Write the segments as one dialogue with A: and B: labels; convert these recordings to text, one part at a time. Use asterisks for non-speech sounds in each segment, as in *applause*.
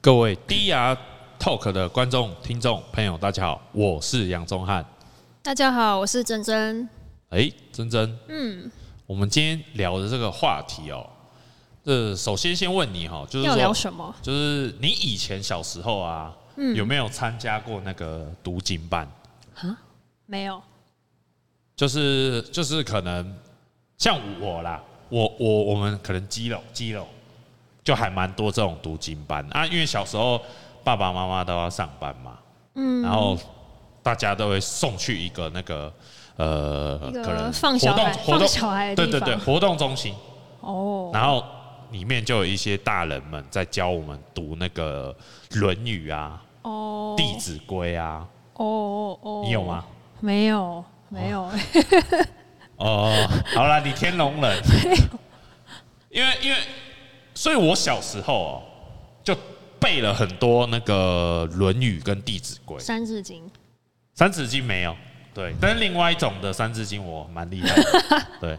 A: 各位低牙 Talk 的观众、听众朋友，大家好，我是杨宗翰。
B: 大家好，我是珍珍。
A: 哎、珍珍，嗯，我们今天聊的这个话题哦，呃，首先先问你哈、哦，就是
B: 要聊
A: 说，
B: 什么？嗯
A: 就是你以前小时候啊，有没有参加过那个读经班？
B: 没有，
A: 就是就是可能像我啦，我我我们可能基隆基隆就还蛮多这种读经班啊，因为小时候爸爸妈妈都要上班嘛，嗯，然后大家都会送去一个那个呃
B: 一，个
A: 可能
B: 放
A: 活
B: 小
A: 动
B: 孩
A: 活动
B: 放小孩的
A: 对
B: 地
A: 对对，
B: 方
A: 活动中心，
B: 哦，
A: 然后里面就有一些大人们在教我们读那个《论语》啊，
B: 哦
A: 《弟子规》啊，
B: 哦哦哦，
A: 你有吗？？
B: 没有，没有， *laughs*
A: 哦，好啦，你天龙人，因为因为，所以我小时候哦，就背了很多那个《论语》跟《弟子规》，《
B: 三字经
A: 三字经》没有，对，但是另外一种的《三字经》我蛮厉害的，对。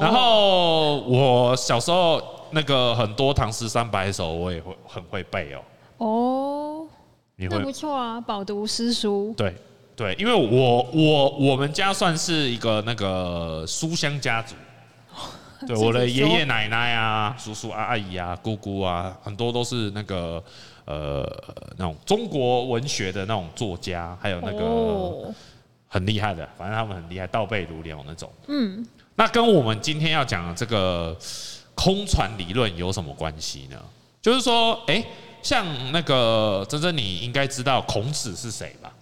A: 然后我小时候那个很多唐诗三百首我也会很会背哦，
B: 哦，
A: 你会
B: 那不错啊，饱读诗书。
A: 对对，因为我我我们家算是一个那个书香家族，对
B: 哦自己
A: 我的爷
B: 说
A: 爷奶奶啊、叔叔啊、阿姨啊、姑姑啊，很多都是那个呃那种中国文学的那种作家，还有那个
B: 哦，
A: 很厉害的，反正他们很厉害，倒背如流那种。
B: 嗯，
A: 那跟我们今天要讲的这个空船理论有什么关系呢？就是说，哎、像那个珍珍，你应该知道孔子是谁吧？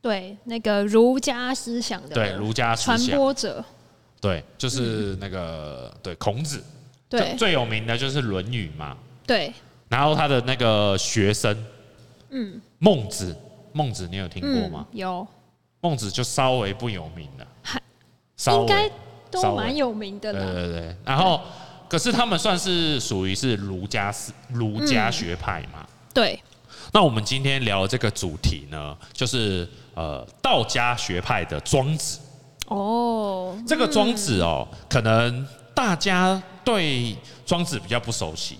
B: 对，那个儒家思想的
A: 对，儒家思
B: 传
A: 想。
B: 播者，
A: 对，就是那个、对孔子，最
B: 对
A: 最有名的就是《论语》嘛，
B: 对，
A: 然后他的那个学生，
B: 嗯
A: 孟子，孟子你有听过吗
B: 嗯？，有，
A: 孟子就稍微不有名了
B: 还，
A: 稍
B: 应
A: 微
B: 该，都
A: 稍微呃
B: 蛮有名的
A: 对
B: 啦。
A: 对对，然后可是他们算是属于是儒家思儒
B: 嗯
A: 家学派嘛。
B: 对，
A: 那我们今天聊的这个主题呢，就是呃道家学派的庄子。
B: 哦，
A: 这个庄子哦，
B: 嗯
A: 可能大家对庄子比较不熟悉，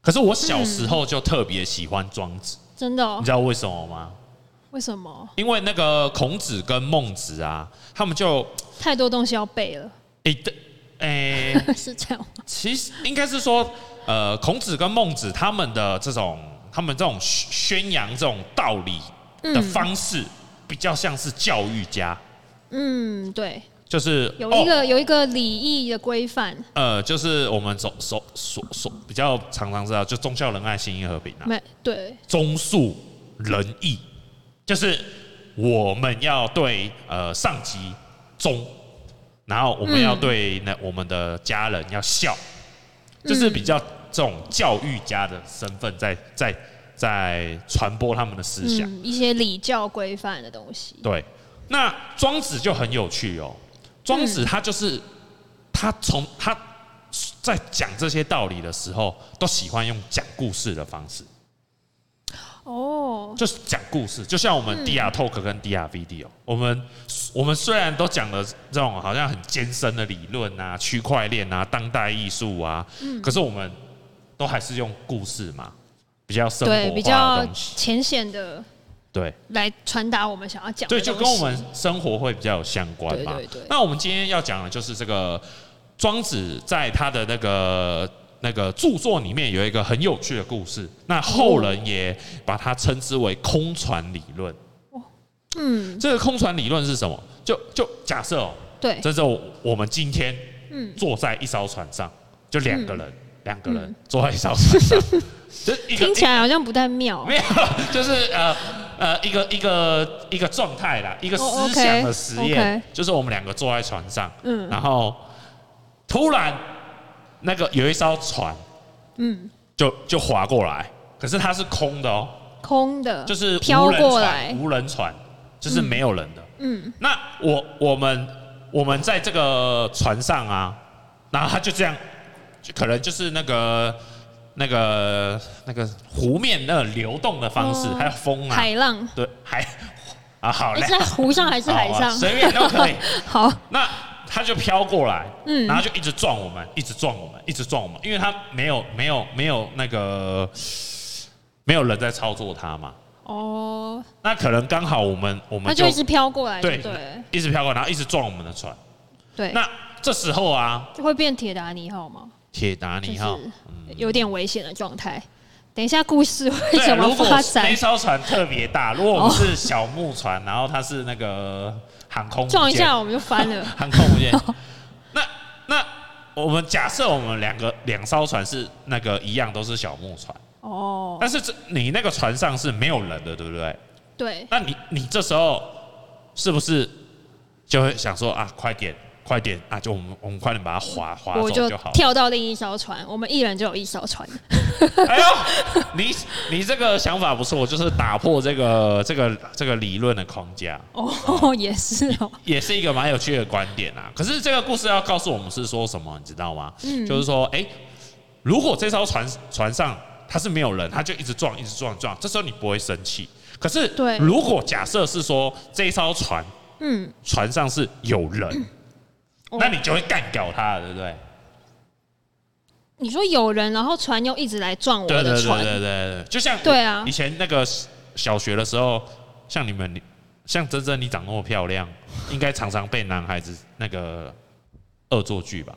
A: 可是我小时候就特别喜欢庄子，
B: 真的哦
A: 你知，道为什么吗？
B: 为什么
A: 因为那个孔子跟孟子啊，他们就
B: 太多东西要背了？
A: 诶的诶，
B: *laughs* 是这样吗？
A: 其实应该是说，呃，孔子跟孟子他们的这种他们这种宣宣扬这种道理的方式，比较像是教育家，
B: 嗯，对，
A: 就是
B: 有
A: 哦
B: 一个、有一个礼仪的规范，
A: 呃，就是我们所所所所比较常常知道，就忠孝仁爱、心义和平啊，
B: 没对，
A: 忠恕仁义，就是我们要对呃上级忠，然后我们要对那、我们的家人要孝，就是比较这种教育家的身份在在在传播他们的思想。
B: 嗯，一些礼教规范的东西，
A: 对，那庄子就很有趣哦。庄子他就是、他从他在讲这些道理的时候，都喜欢用讲故事的方式，
B: 哦，
A: 就是讲故事，就像我们 DR Talk 跟 DR Video，、我
B: 嗯
A: 们我们虽然都讲了这种好像很艰深的理论啊、区块链啊、当代艺术啊，
B: 嗯
A: 可是我们都还是用故事嘛，比较生活
B: 对，比
A: 化
B: 较
A: 的东西，
B: 浅显的
A: 对。
B: 来传达我们想要讲的
A: 对，
B: 东西，
A: 就跟我们生活会比较有相关嘛。
B: 对对对
A: 那我们今天要讲的就是这个庄子在他的那个那个著作里面有一个很有趣的故事，那后人也把它称之为空船理论。
B: 嗯，
A: 这个空船理论是什么？就就假设哦，
B: 对，
A: 这是我我们今天
B: 哎嗯
A: 坐在一艘船上，就两个人，两个人
B: 嗯
A: 坐在一艘船上，
B: *laughs*
A: 就一个
B: 听起来好像不太妙，
A: 没有，就是呃呃，一个一个一个状态啦，一个
B: 哦
A: 思
B: ，OK，
A: 想的实验
B: OK
A: 就是我们两个坐在船上，
B: 嗯
A: 然后突然那个有一艘船
B: 嗯，
A: 就就划过来，可是它是空的哦，
B: 空的，
A: 就是
B: 飘
A: 无人
B: 过
A: 船
B: 来，
A: 无人船就是没有人的。
B: 嗯，
A: 那我我们我们在这个船上啊，然后他就这样，就可能就是那个。那个那个湖面那个流动的方式，
B: 哦
A: 还有风啊，
B: 海浪，
A: 对，海啊，好
B: 哎、
A: 嘞，
B: 是在湖上还是海
A: 好啊
B: 上？
A: 随便都可以。
B: *laughs* 好，
A: 那它就飘过来，
B: 嗯
A: 然后就一直撞我们，一直撞我们，一直撞我们，因为它没有没有没有那个没有人在操作它嘛。
B: 哦，
A: 那可能刚好我们我
B: 它
A: 们
B: 就
A: 就
B: 一直飘过来，
A: 对
B: 对了
A: 一直飘过来，然后一直撞我们的船。
B: 对，
A: 那这时候啊，
B: 就会变铁达尼号吗？
A: 铁达
B: 就
A: 尼号，嗯
B: 是有点危险的状态。等一下故事会
A: 对啊，
B: 怎么
A: 如果
B: 发
A: 那
B: 展？哦
A: 艘船特别
B: *laughs*
A: 大，如果我们是小木船，然后它是那个航空母舰
B: 撞一下我们就翻了。
A: 航空母
B: *laughs*
A: 舰，那那我们假设我们两个两艘船是那个一样都是小木船，
B: 哦，
A: 但是这你那个船上是没有人的，对不对？
B: 对，
A: 那你你这时候是不是就会想说啊，快点快点啊，就我们我们快点把它划划
B: 我
A: 走
B: 就
A: 就好了。
B: 跳到另一艘船，我们一人就有一艘船。
A: 哎呦，你你这个想法不错，就是打破这个这个这个理论的框架，
B: *laughs* 哦， *laughs* 也是哦，
A: 也是一个蛮有趣的观点啊。可是这个故事要告诉我们是说什么，你知道吗？
B: 嗯
A: 就是说，哎、如果这艘船船上它是没有人，它就一直撞，一直撞撞，这时候你不会生气。可是，
B: 对
A: 如果假设是说这一艘船
B: 嗯，
A: 船上是有人，
B: 哦
A: 那你就会干掉他了，对不对？
B: 你说有人，然后船又一直来撞我
A: 对对
B: 的
A: 对
B: 船，
A: 对对对，就像
B: 对啊
A: 以前那个小学的时候，像你们，你像珍珍，你长那么漂亮，应该常常被男孩子那个恶作剧吧？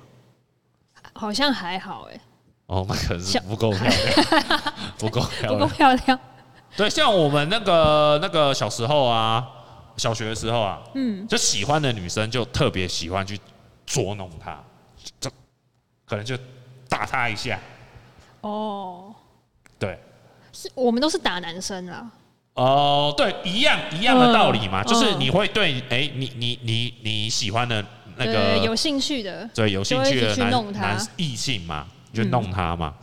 B: 好像还好哎，
A: 哦，那可能是
B: 小
A: 不够漂亮，
B: *laughs*
A: 不够漂
B: 不够
A: 亮。
B: 漂亮。
A: 对，像我们那个那个小时候啊，小学的时候啊，
B: 嗯，
A: 就喜欢的女生就特别喜欢去捉弄她，就可能就打她一下，
B: 哦，
A: 对。
B: 是我们都是打男生啦，
A: 哦，对，一样一样的道理嘛，
B: 嗯
A: 就是你会对哎、你你你你喜欢的那
B: 对，有
A: 个
B: 兴趣的，
A: 对有兴趣
B: 就会一
A: 的
B: 直去弄
A: 男
B: 他嗯
A: 男异性嘛，你就弄他嘛。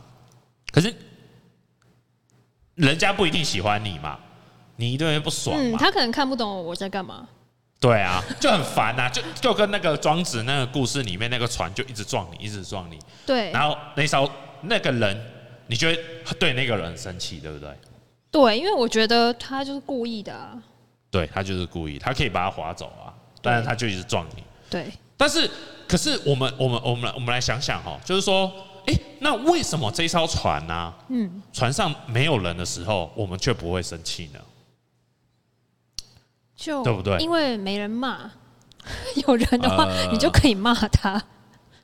A: 可是人家不一定喜欢你嘛，你一定会不爽
B: 嗯，
A: 嘛。
B: 他可能看不懂我在干嘛。
A: 对啊，就很烦呐、就就跟那个庄子那个故事里面那个船就一直撞你，一直撞你，
B: 对
A: 然后那艘那个人，你就会对那个人生气，对不对？
B: 对，因为我觉得他就是故意的、啊。
A: 对他就是故意，他可以把它划走啊，但是他就一直撞你。
B: 对，
A: 但是，可是我们我们我们来我们来想想哦，就是说，诶，那为什么这艘船呢、
B: 嗯，
A: 船上没有人的时候，我们却不会生气呢？
B: 就
A: 对不对
B: 因为没人骂， *laughs* 有人的话、
A: 呃
B: 你就可以骂他，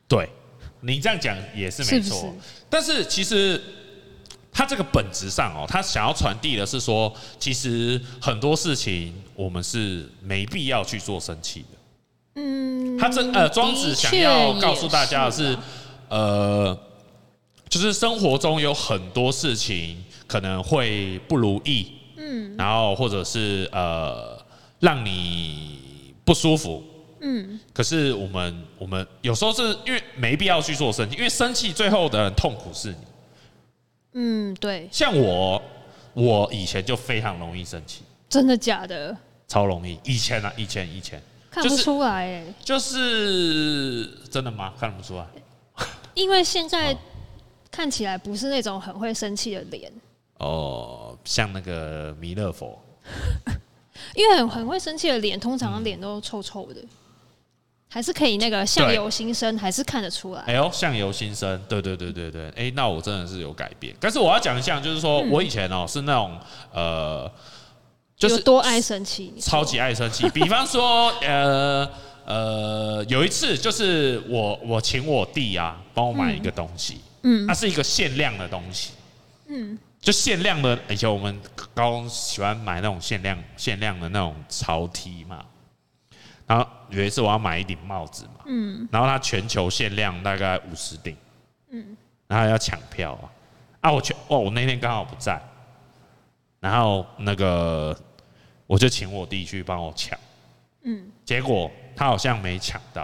A: 对，你这样讲也是
B: 是
A: 没
B: 不
A: 错。
B: 是？
A: 但是其实他这个本质上哦，他想要传递的是说，其实很多事情我们是没必要去做生气的。
B: 嗯，
A: 他这呃，庄子想要告诉大家的
B: 的确也
A: 是
B: 是啊，
A: 呃，就是生活中有很多事情可能会不如意，嗯，然后或者是呃，让你不舒服。
B: 嗯，
A: 可是我们我们有时候是因为没必要去做生气，因为生气最后的痛苦是你。
B: 嗯，对，
A: 像我，我以前就非常容易生气，
B: 真的假的？
A: 超容易。以前啊，以前以前
B: 看
A: 就
B: 不
A: 是
B: 出来、欸，
A: 就是真的吗？看不出来。
B: 因为现在看起来不是那种很会生气的脸，
A: 哦，像那个弥勒佛，
B: 因为很很会生气的脸，通常脸都臭臭的，还是可以那个相
A: 嗯对
B: 由心生，还是看得出来。
A: 哎呦，相由心生，对对对对对，哎、那我真的是有改变。但是我要讲一下，就是说、我以前哦、是那种呃，就
B: 有
A: 是
B: 多爱生
A: *laughs*
B: 气，你说
A: 超级爱生气。比方说，呃呃，有一次就是我我请我弟啊帮我买一个东西，嗯，它是一个限量的东西，嗯，就限量的。以前我们高中喜欢买那种限量限量的那种潮 T 嘛，然后有一次我要买一顶帽子嘛，嗯，然后它全球限量大概五十顶，嗯，然后要抢票啊，啊，我全哇，我那天刚好不在。然后那个我就请我弟去帮我抢，嗯，结果他好像没抢到，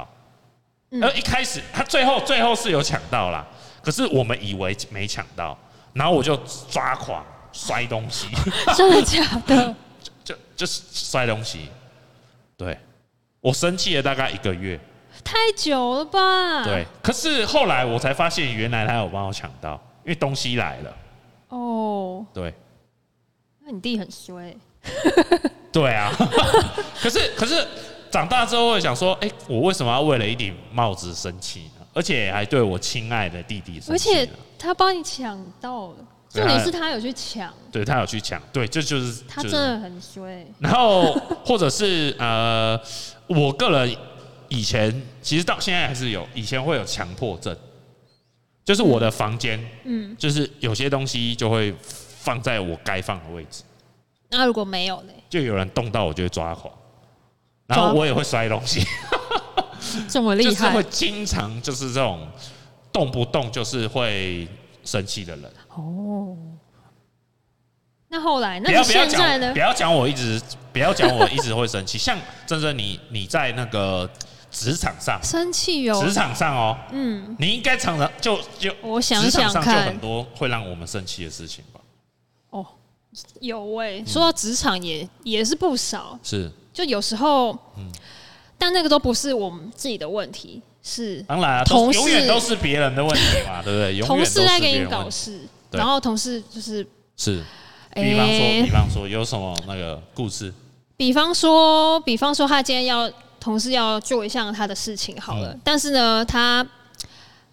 A: 呃
B: 嗯
A: 然后一开始他最后最后是有抢到啦，可是我们以为没抢到，然后我就抓狂摔东西，
B: 真的假的？
A: 就就是摔东西，对我生气了大概一个月，
B: 太久了吧？
A: 对，，可是后来我才发现原来他有帮我抢到，因为东西来了，
B: 哦，
A: 对。
B: 那你弟很衰，
A: 对啊， *laughs* 可是可是长大之后会想说，哎、我为什么要为了一顶帽子生气呢？而且还对我亲爱的弟弟生
B: 而
A: 气呢。
B: 且他帮你抢到了，重点是他有去抢，
A: 对他有去抢，对，这就是
B: 他
A: 就
B: 真
A: 哎是
B: 的很衰。
A: 然后 *laughs* 或者是呃，我个人以前其实到现在还是有，以前会有强迫症，就是我的房间，
B: 嗯，
A: 就是有些东西就会放在我该放的位置，
B: 那如果没有嘞，
A: 就有人动到我就会抓狂，然后我也会摔东西，
B: 这么
A: 就
B: 厉
A: 是会
B: 害
A: 经常就是这种动不动就是会生气的人。
B: 哦。那后来，那
A: 不要
B: 你
A: 不要
B: 现在
A: 讲，
B: 呢
A: 不？要讲我一直不要讲我一直会生气，像真真你你在那个职场上。
B: 生气有
A: 职场上哦，
B: 嗯，
A: 你应该常常就就
B: 我想
A: 职
B: 想
A: 场上就
B: 看
A: 很多会让我们生气的事情吧？
B: 哦，有哎、说到职场也也是不少，
A: 是，
B: 就有时候，
A: 嗯
B: 但那个都不是我们自己的问题，是
A: 当然、啊，
B: 同
A: 都
B: 事
A: 永远都是别人的问题
B: *laughs*
A: 嘛，对不对？永远
B: 同
A: 都
B: 事
A: 是
B: 在
A: 别
B: 给你
A: 人的问
B: 搞
A: 题。
B: 事，
A: 对
B: 然后同事就是，
A: 是，
B: 哎、
A: 比方说，比方说有什么那个故事？
B: 比方说，比方说，他今天要同事要做一项他的事情好了，
A: 嗯
B: 但是呢，他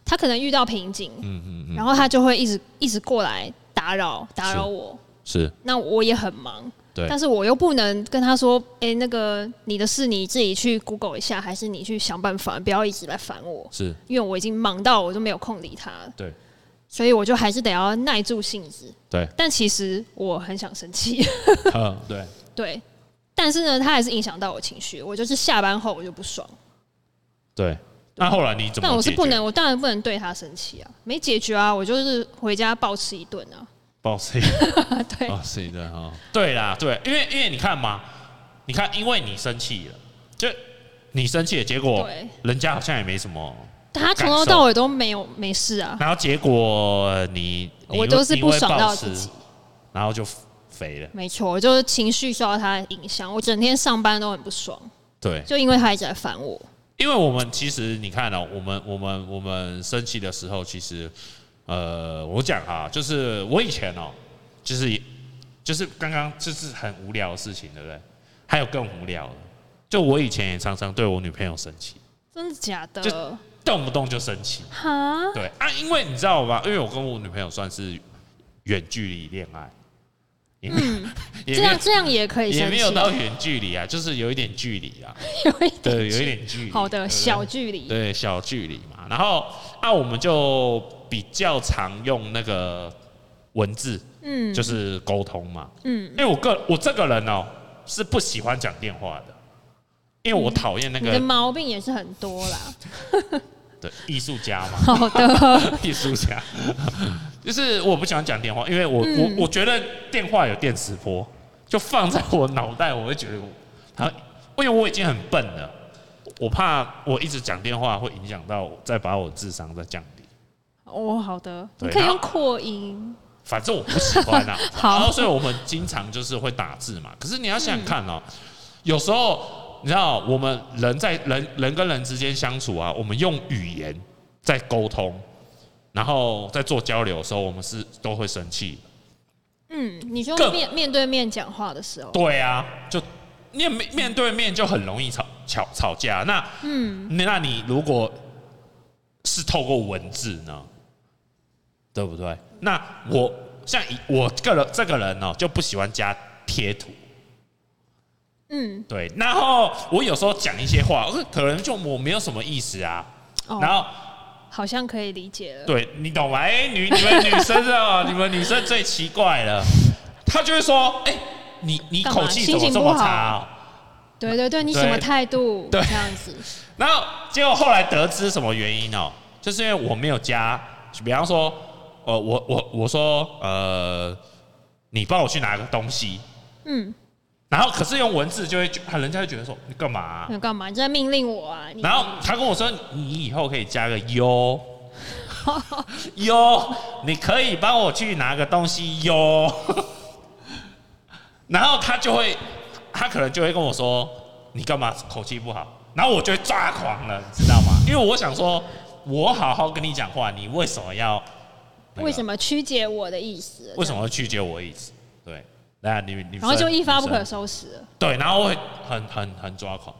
B: 他可能遇到瓶颈，
A: 嗯嗯嗯，
B: 然后他就会一直一直过来打扰打扰
A: 是
B: 我，
A: 是
B: 那我也很忙，
A: 对
B: 但是我又不能跟他说，哎、那个你的事你自己去 Google 一下，还是你去想办法，不要一直来烦我，
A: 是，
B: 因为我已经忙到我都没有空理他了，
A: 对
B: 所以我就还是得要耐住性子。
A: 对，
B: 但其实我很想生气， *laughs*
A: 嗯对，
B: 对，但是呢，他还是影响到我情绪，我就是下班后我就不爽。
A: 对。那后来你怎么解决？
B: 但我是不能，我当然不能对他生气啊，没解决啊，我就是回家暴吃一顿啊。
A: 保持
B: *laughs* 对，
A: 哦，是的哈。对啦，对，因为因为你看嘛，你看，因为你生气了，就你生气了，结果
B: 对
A: 人家好像也没什么，
B: 他从头到尾都没有没事啊，
A: 然后结果你你
B: 我都是
A: 你
B: 不
A: 会
B: 爽
A: 暴
B: 到
A: 食
B: 自己。
A: 然后就肥了。
B: 没错，我就是情绪受到他的影响，我整天上班都很不爽，
A: 对，
B: 就因为他一直在烦我。
A: 因为我们其实你看哦，我们我们我们生气的时候，其实呃，我讲哈，就是我以前哦，就是就是刚刚就是很无聊的事情，对不对？还有更无聊的，就我以前也常常对我女朋友生气，
B: 真的假
A: 就
B: 的？
A: 动不动就生
B: *laughs*
A: 气。
B: 哈，
A: 对啊，因为你知道吧？因为我跟我女朋友算是远距离恋爱，也没有、 *laughs* 也
B: 嗯
A: 没
B: 这样
A: 有
B: 这样也可以
A: 也
B: 生
A: 没
B: 气，
A: 有到远距离啊，就是有一点距离啊，
B: *laughs* 有一
A: 对，
B: 点
A: 有一点距离。
B: 好
A: 对
B: 的
A: 不对
B: 小距离。
A: 对小距离嘛。然后啊，我们就比较常用那个文字，
B: 嗯
A: 就是沟通嘛。
B: 嗯，
A: 因为我个我这个人哦、是不喜欢讲电话的，因为我讨厌那
B: 嗯你的
A: 个
B: 毛病也是很多
A: *laughs*
B: 啦。
A: 对艺术家嘛。
B: 好的，
A: 艺术家， *laughs* 就是我不喜欢讲电话，因为我、
B: 嗯
A: 我我觉得电话有电磁波，就放在我脑袋，我会觉得我它，因为我已经很笨了，我怕我一直讲电话会影响到我，再把我智商再降低。
B: 哦，好的，你
A: 对
B: 可以
A: 然后
B: 用扩音，。
A: 反正我不喜欢啊
B: 好
A: 然后所以我们经常就是会打字嘛。可是你要想想看哦，有时候你知道我们人在人人跟人之间相处啊，我们用语言在沟通，然后在做交流的时候，我们是都会生气。
B: 嗯，你说
A: 更
B: 面面对面讲话的时候，
A: 对啊，就面面对面就很容易吵吵吵架。那
B: 嗯，
A: 那你如果是透过文字呢，对不对？那我像以我个人这个人哦、就不喜欢加贴图。
B: 嗯，
A: 对，然后我有时候讲一些话，呃可能就我没有什么意思啊。然
B: 哦，
A: 后
B: 好像可以理解了。
A: 对你懂吗？哎、女你们女生
B: *laughs*
A: 啊，你们女生最奇怪了，她就会说，哎、你你
B: 干嘛
A: 口气怎
B: 心
A: 么
B: 情
A: 这
B: 不
A: 么
B: 好
A: 差、哦？
B: 对对对，你
A: 对
B: 什么态度？
A: 对
B: 这样子，
A: 然后结果后来得知什么原因哦，就是因为我没有加，比方说，呃，我我我说，呃，你帮我去拿个东西，
B: 嗯，
A: 然后可是用文字就会觉，人家就觉得说你干嘛啊、
B: 你干嘛？你在命令我啊？你
A: 然后他跟我说，你以后可以加个哟。
B: *laughs*
A: 哟，你可以帮我去拿个东西哟。 *laughs* 然后他就会，他可能就会跟我说：“你干嘛口气不好？”然后我就会抓狂了，你知道吗？因为我想说，我好好跟你讲话，你为什么要、那个
B: 为什么曲解我的意思？
A: 为什么会拒绝我意思？对，那你你
B: 然后就一发不可
A: 收。
B: 收拾了。
A: 对，然后会很很很抓狂。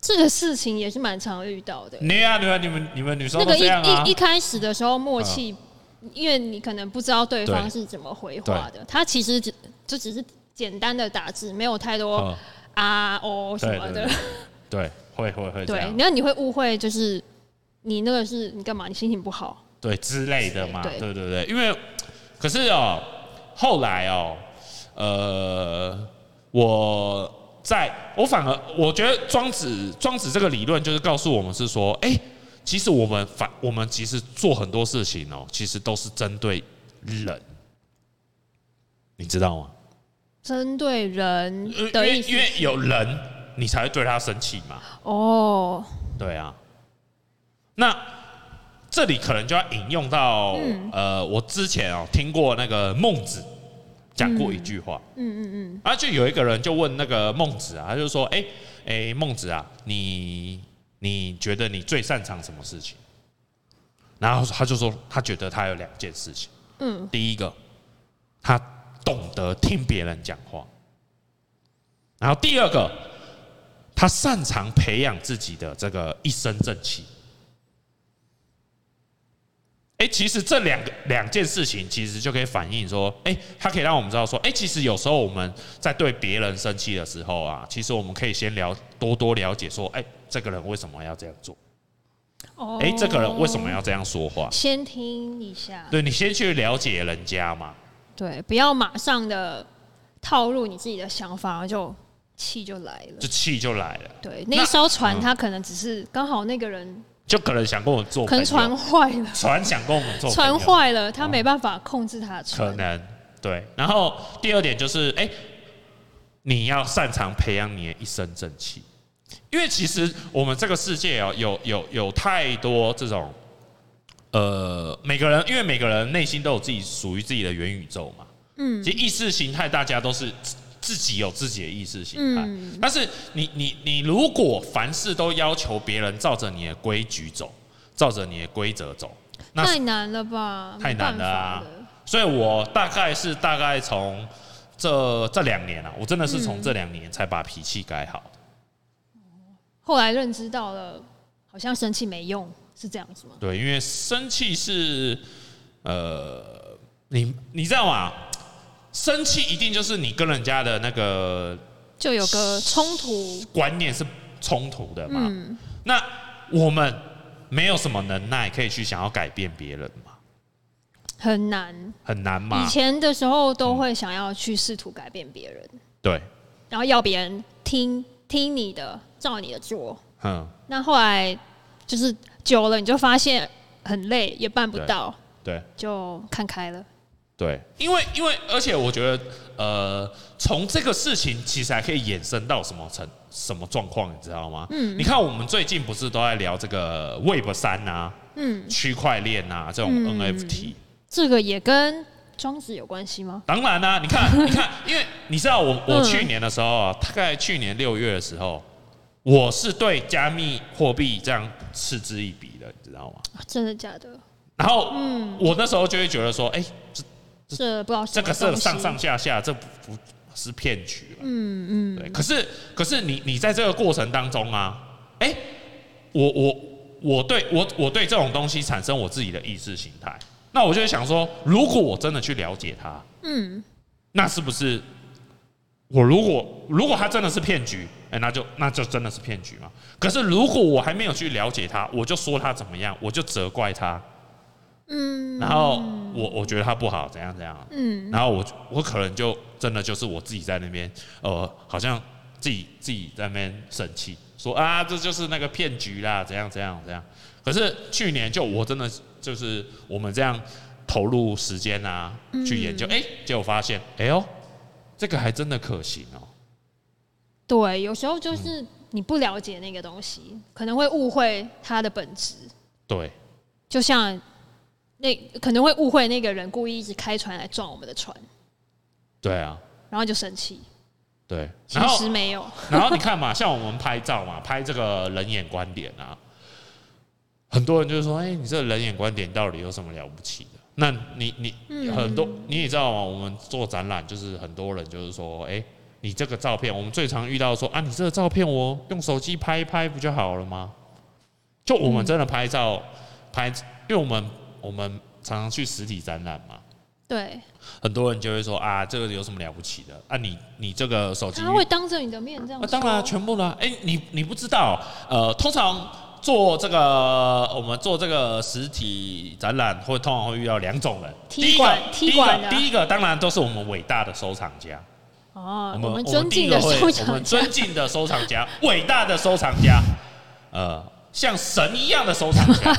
B: 这个事情也是蛮常遇到的。
A: 你啊，你们你们你们女生
B: 那
A: 嗯都
B: 个
A: 这样啊嗯
B: 一一一？开始的时候默契因为你可能不知道对方是怎么回话的，他其实只就只是简单的打字，没有太多
A: 嗯，
B: 啊哦什
A: 对
B: 么
A: 对
B: 的 *laughs*
A: 对，对，会会会这
B: 对
A: 样，，
B: 然后你会误会就是你那个是你干嘛？你心情不好，
A: 对之类的嘛，
B: 对
A: 对对对，因为可是哦，后来哦，呃，我在我反而我觉得庄子庄子这个理论就是告诉我们是说，哎、其实我们反我们其实做很多事情哦，其实都是针对人，你知道吗？
B: 针对人
A: 呃因
B: 的
A: 为
B: 意思
A: 因为有人，你才会对他生气嘛。
B: 哦，
A: 对啊，那这里可能就要引用到、呃，我之前哦听过那个孟子讲过一句话，嗯嗯嗯，啊，就有一个人就问那个孟子啊，他就说，哎、哎、孟子啊，你你觉得你最擅长什么事情？然后他就说，他觉得他有两件事情，
B: 嗯，
A: 第一个，他懂得听别人讲话，然后第二个，他擅长培养自己的这个一身正气。哎、其实这两个两件事情，其实就可以反映说，哎、它可以让我们知道说，哎、其实有时候我们在对别人生气的时候啊，其实我们可以先了多多了解说，哎、这个人为什么要这样做？
B: 哦，
A: 哎、这个人为什么要这样说话？
B: 先听一下？
A: 对你先去了解人家嘛，
B: 对，不要马上的套入你自己的想法，然后就气就来了
A: 就。气就来了，
B: 对，那一嗯艘船，它可能只是刚好那个人嗯
A: 就可能想跟我做
B: 可
A: 朋友，
B: 能船哦坏了，哦
A: 船想跟我们做朋友
B: 船坏了，他没办法控制他的
A: 可
B: 船。
A: 能对。然后第二点就是，哎、你要擅长培养你的一身正气，因为其实我们这个世界哦，有有有太多这种，呃，每个人因为每个人内心都有自己属于自己的元宇宙嘛，嗯，其实意识形态大家都是自。自己有自己的意识形态，
B: 嗯
A: 但是你你你如果凡事都要求别人照着你的规矩走，照着你的规则走，那
B: 太难了吧？
A: 太难了啊
B: 没办法的
A: 所以我大概是大概从这这两年啊，我真的是从这两年才把脾气改好。
B: 后来认知到了，好像生气没用，是这样子吗？
A: 对，因为生气是呃，你你知道吗？生气一定就是你跟人家的那个
B: 就有个冲突，
A: 观念是冲突的嘛。
B: 嗯
A: 那我们没有什么能耐可以去想要改变别人嘛，
B: 很难。
A: 很难嘛
B: 以。前的时候都会想要去试图改变别人，
A: 对，
B: 然后要别人听听你的，照你的做。
A: 嗯，
B: 那后来就是久了，你就发现很累，也办不到，
A: 对。
B: 就看开了。
A: 对，因为因为而且我觉得，呃，从这个事情其实还可以衍生到什么成什么状况，你知道吗？嗯，你看我们最近不是都在聊这个 Web 三啊，
B: 嗯，
A: 区块链啊这种 NFT，、
B: 这个也跟庄子有关系吗？
A: 当然啦、你看 *laughs* 你看，因为你知道我我
B: 嗯
A: 去年的时候啊，大概去年六月的时候，我是对加密货币这样嗤之以鼻的，你知道吗？
B: 啊真的假的？
A: 然后，我那时候就会觉得说，哎、
B: 这不知道什
A: 这
B: 么
A: 个是
B: 嗯东西
A: 上上下下，这不不是骗局了。嗯嗯，对。可是可是你你在这个过程当中啊，哎、我我我对我我对这种东西产生我自己的意识形态，那我就会想说，如果我真的去了解它，
B: 嗯，
A: 那是不是我如果如果它真的是骗局，哎、那就那就真的是骗局嘛。可是如果我还没有去了解它，我就说它怎么样，我就责怪它，
B: 嗯，
A: 然后我我觉得它不好，怎样怎样，
B: 嗯，
A: 然后我就我可能就真的就是我自己在那边，呃，好像自己自己在那边生气，说啊，这就是那个骗局啦，怎样怎样怎样。可是去年就我真的就是我们这样投入时间啊，
B: 嗯
A: 去研究，哎、结果发现，哎呦，这个还真的可行哦、
B: 对，有时候就是你不了解那个东西，可能会误会它的本质，
A: 对
B: 就像那可能会误会那个人故意一直开船来撞我们的船，
A: 对啊，
B: 然后就生气，
A: 对。
B: 其
A: 然后
B: 实没有，
A: 然后你看嘛，像我们拍照嘛，拍这个人眼观点啊，很多人就说：“哎、你这人眼观点到底有什么了不起的？”那你你、
B: 嗯
A: 很多你也知道嘛，我们做展览就是很多人就是说：“哎、你这个照片，我们最常遇到说啊，你这个照片我用手机拍一拍不就好了吗？”就我们真的拍照、拍，因为我们我们常常去实体展览嘛，
B: 对，
A: 很多人就会说啊，这个有什么了不起的啊？你你这个手机
B: 他会当着你的面这样
A: 啊，
B: 哦说。
A: 当然，全部啦。哎、你你不知道，呃，通常做这个，我们做这个实体展览，会通常会遇到两种人。
B: 踢
A: 第一个
B: 馆，
A: 第一
B: 踢馆
A: 个，
B: 的
A: 第一个当然都是我们伟大的收藏家，
B: 哦，
A: 我
B: 们
A: 们
B: 尊
A: 第一
B: 敬
A: 个
B: 的
A: 会
B: 收
A: 我
B: 藏
A: 们
B: 家，
A: 尊敬的收藏家，伟大的收藏家，呃，像神一样的收藏
B: *laughs*
A: 家。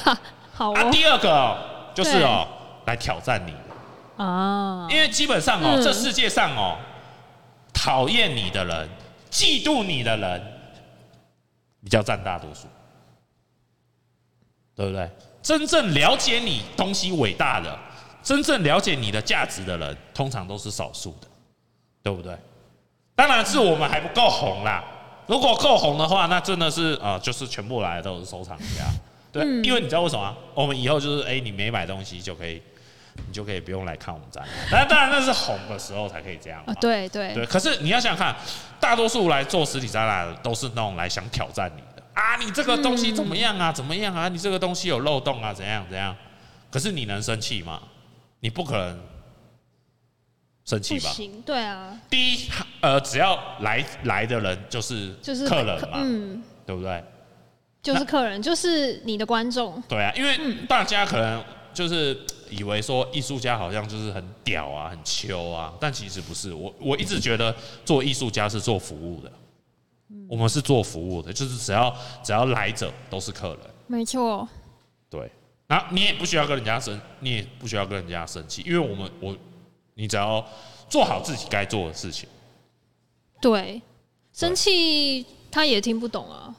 B: 好
A: 啊，
B: 哦
A: 第二个哦就是哦，来挑战你，
B: 啊，
A: 因为基本上哦，
B: 嗯
A: 这世界上哦，讨厌你的人、嫉妒你的人，比较占大多数，对不对？真正了解你东西伟大的、真正了解你的价值的人，通常都是少数的，对不对？当然是我们还不够红啦。如果够红的话，那真的是啊、呃就是全部来的都是收藏家，对，
B: 嗯
A: 因为你知道为什么啊、我们以后就是，哎、你没买东西就可以，你就可以不用来看我们展览。但当然那是红的时候才可以这样嘛
B: 啊，对对
A: 对，可是你要想想看，大多数来做实体展览的都是那种来想挑战你的啊，你这个东西怎么样
B: 嗯
A: 啊，怎么样啊，你这个东西有漏洞啊，怎样怎样。可是你能生气吗？你不可能生
B: 不
A: 气吧？
B: 行，对啊，
A: 第一，呃，只要来来的人就是
B: 就是
A: 客人嘛，
B: 嗯，
A: 对不对？
B: 就是
A: 那
B: 客人，就是你的观众，
A: 对啊，因为大家可能就是以为说艺术家好像就是很屌啊、很秋啊，但其实不是。我我一直觉得做艺术家是做服务的，我们是做服务的，就是只要只要来者都是客人，
B: 没错，
A: 对。然后你也不需要跟人家生，你也不需要跟人家生气，因为我们我你只要做好自己该做的事情，
B: 对，生气他也听不懂啊。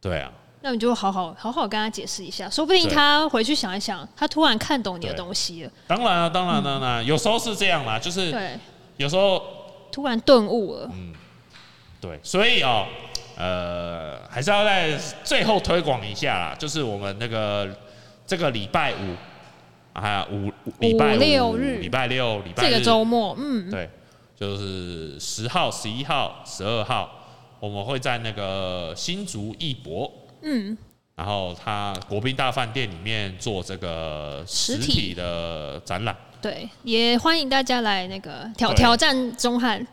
A: 对啊，
B: 那你就好好好好跟他解释一下，说不定
A: 对
B: 他回去想一想，他突然看懂你的
A: 对
B: 东西了，
A: 当然啊，当然当然啊、有时候是这样啦，就是嗯
B: 对，
A: 有时候
B: 突然顿悟了，
A: 对，所以哦，呃，还是要在最后推广一下啦，就是我们那个这个礼拜五啊，五五礼拜
B: 五
A: 五
B: 六日
A: 礼拜六、礼拜
B: 这
A: 日
B: 个周末，嗯，
A: 对，就是十号、十一号、十二号，我们会在那个新竹艺博，
B: 嗯，
A: 然后它国宾大饭店里面做这个
B: 实
A: 实
B: 体
A: 体的展览。
B: 对，也欢迎大家来那个挑
A: 对
B: 挑战钟汉，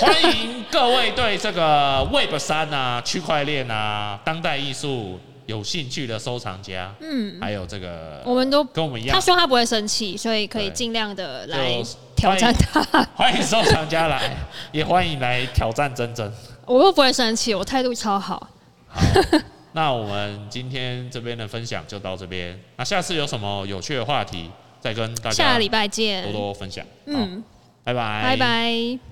A: 欢迎各位对这个 Web 三啊、区块链啊、当代艺术有兴趣的收藏家，
B: 嗯，
A: 还有这个
B: 我们都
A: 跟我们一样
B: 他，说他不会生气，所以可以
A: 对
B: 尽量的
A: 就
B: 来挑战他。
A: 欢迎收藏家
B: *laughs*
A: 来，也欢迎来挑战真真。
B: 我又不会生气，我态度超好。
A: 好，那我们今天这边的分享就到这边，那下次有什么有趣的话题再跟大
B: 下
A: 家
B: 礼拜
A: 多
B: 见，
A: 多分享。嗯，
B: 嗯，
A: 拜拜，
B: 拜。拜。